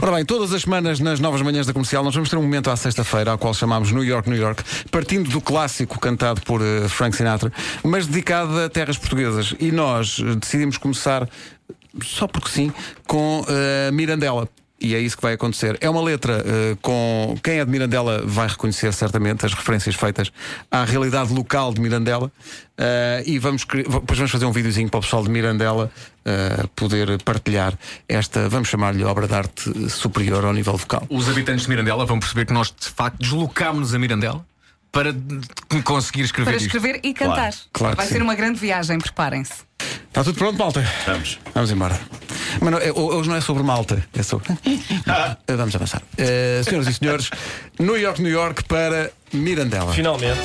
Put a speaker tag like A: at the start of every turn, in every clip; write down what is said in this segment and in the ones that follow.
A: Ora bem, todas as semanas nas novas manhãs da comercial nós vamos ter um momento à sexta-feira, ao qual chamámos New York, New York, partindo do clássico cantado por eh, Frank Sinatra, mas dedicado a terras portuguesas. E nós eh, decidimos começar, só porque sim, com eh, Mirandela. E é isso que vai acontecer. É uma letra eh, com. Quem é de Mirandela vai reconhecer certamente as referências feitas à realidade local de Mirandela. Eh, e vamos, cri- v- depois vamos fazer um videozinho para o pessoal de Mirandela eh, poder partilhar esta, vamos chamar-lhe, obra de arte eh, superior ao nível vocal.
B: Os habitantes de Mirandela vão perceber que nós, de facto, deslocámos-nos a Mirandela para de- conseguir escrever
C: Para
B: isto.
C: escrever e cantar.
A: Claro que
C: Vai
A: sim.
C: ser uma grande viagem, preparem-se.
A: Está tudo pronto, malta?
D: Estamos.
A: Vamos embora. Mas não, é- hoje não é sobre malta, é sobre. Eh, Vamos avançar. Eh, senhoras e senhores, New York, New York para Mirandela.
D: Finalmente.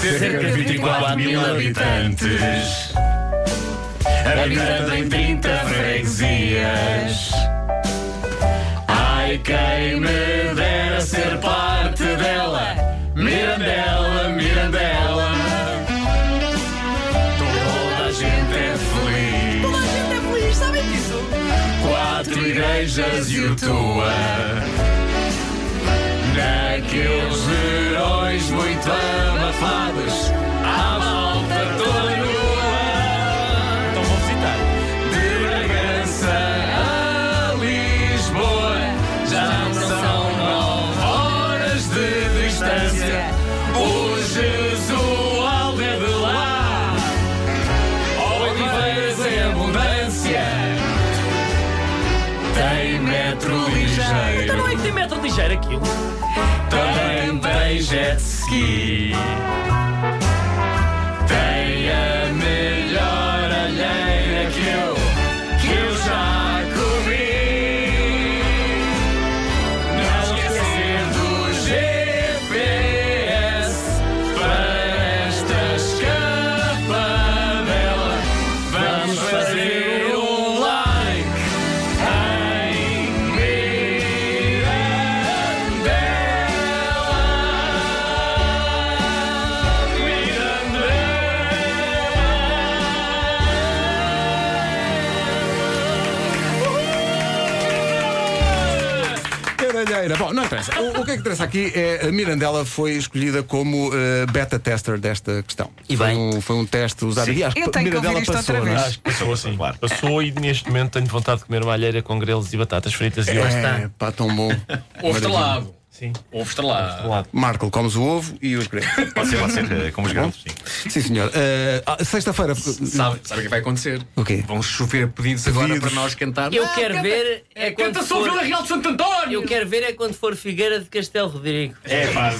D: Cerca de 24 mil habitantes, habitando em 30 freguesias. Ai, quem me dera ser parte dela, Mirandela, Mirandela. Toda a gente é feliz. Quatro igrejas e o tua Naqueles verões muito abafados À malta toda nua Então vou visitar De Bragança a Lisboa Já não são nove horas de distância O Jesualdo é de lá Oliveiras em abundância tem metro ligeiro,
E: Não é que tem metro ligeiro aquilo.
D: também tem jet ski. Tem a melhor alheira que eu, que eu já comi. Não esquecer do GPS para esta escapadela. Vamos fazer um like.
A: Caralheira. Bom, não interessa. O, o que é que interessa aqui é a Mirandela foi escolhida como eh, beta tester desta questão.
E: E
A: foi
E: bem.
A: um, foi um teste usado. E acho
C: Eu tenho que ouvir
A: Mirandela
C: isto outra
A: passou, não é?
C: vez.
A: Acho-
F: Passou assim. Claro.
D: Passou e neste momento tenho vontade de comer uma alheira com grelos e batatas fritas e ovos.
A: É, pá, tão bom.
B: Ovo
A: Maravilha.
B: estrelado.
F: Sim.
B: Ovo estrelado.
A: Marco, comes o ovo e os gregos.
F: Pode ser, pode ser, eh, como os grandes, sim.
A: Sim, senhor. Eh, ah, Sexta-feira.
B: Sabe, sabe o que vai acontecer?
A: O quê?
B: Vão chover pedidos, agora para nós cantarmos.
E: Eu quero ver é quando
B: Canta só
E: for-
B: Vila Real de Santo António!
E: Eu quero ver é quando for Figueira de Castelo Rodrigo.
F: É, pá,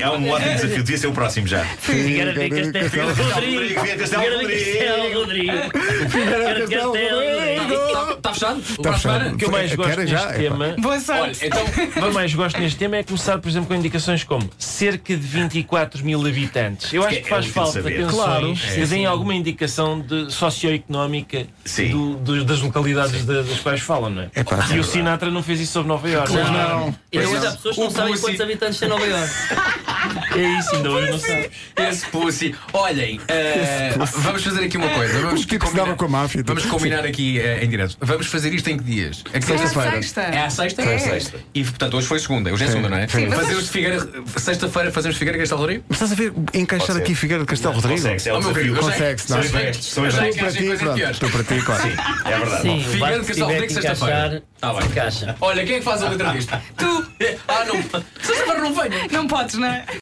F: é um ótimo desafio. Devia ser o próximo já.
E: Figueira de Castelo
F: Figueira
E: Rodrigo.
F: de Castelo
E: Figueira de Castelo Rodrigo. Figueira de Castelo Rodrigo.
B: Está tá fechado? Para a
A: fechado.
B: semana?
F: O que eu mais gosto
A: Querem
F: neste
A: já? Epá.
F: tema.
C: Boa
B: Olha,
C: sorte.
B: então,
F: O que eu mais gosto neste tema é começar, por exemplo, com indicações como cerca de 24 mil habitantes. Eu É, acho
D: É,
F: é que faz útil falta saber. pensões Claro. que deem alguma indicação de socioeconómica
D: Sim.
F: do- do- das localidades da- das quais falam, não é?
A: pá,
F: e o Sinatra não fez isso sobre Nova Iorque.
E: Não. E depois há pessoas que não
B: O
E: sabem
B: Pussy.
E: quantos habitantes tem Nova York.
F: É isso, ainda hoje não sabes.
B: esse pussy. Olhem, eh, vamos fazer aqui uma coisa. Vamos
A: O tipo que se dava com a máfia.
B: Vamos combinar aqui eh, em direto. Vamos fazer isto em que dias? É que
C: É à sexta.
B: É à sexta?
C: É.
B: E portanto, hoje foi segunda. Hoje é segunda, não é?
C: Sim, mas
B: fazemos
C: hoje-
B: de Figueira. Sexta-feira fazemos de Figueira Castelo Rodrigo?
A: Mas estás a ver encaixar aqui Figueira de Castelo Rodrigo?
D: Consegue, é um
B: Oh, meu querido,
D: desafio.
B: eu sei.
A: Consegue-se, não é?
B: São as bestas.
F: São as
B: Eu sei
A: Estou
B: que
A: para
B: há
A: ti,
B: coisas
A: pronto.
B: piores.
A: Estou para ti, claro.
F: É verdade.
E: Sim,
B: Figueira
E: vai
B: de
E: se
B: Castelo
E: tiver
B: Rodrigo,
E: que
B: sexta-feira.
E: encaixar,
B: Tá bem.
E: encaixa.
B: Olha, quem é que faz a letra disto? tu! Ah, não! Sexta-feira não venho!
C: Não podes, não é?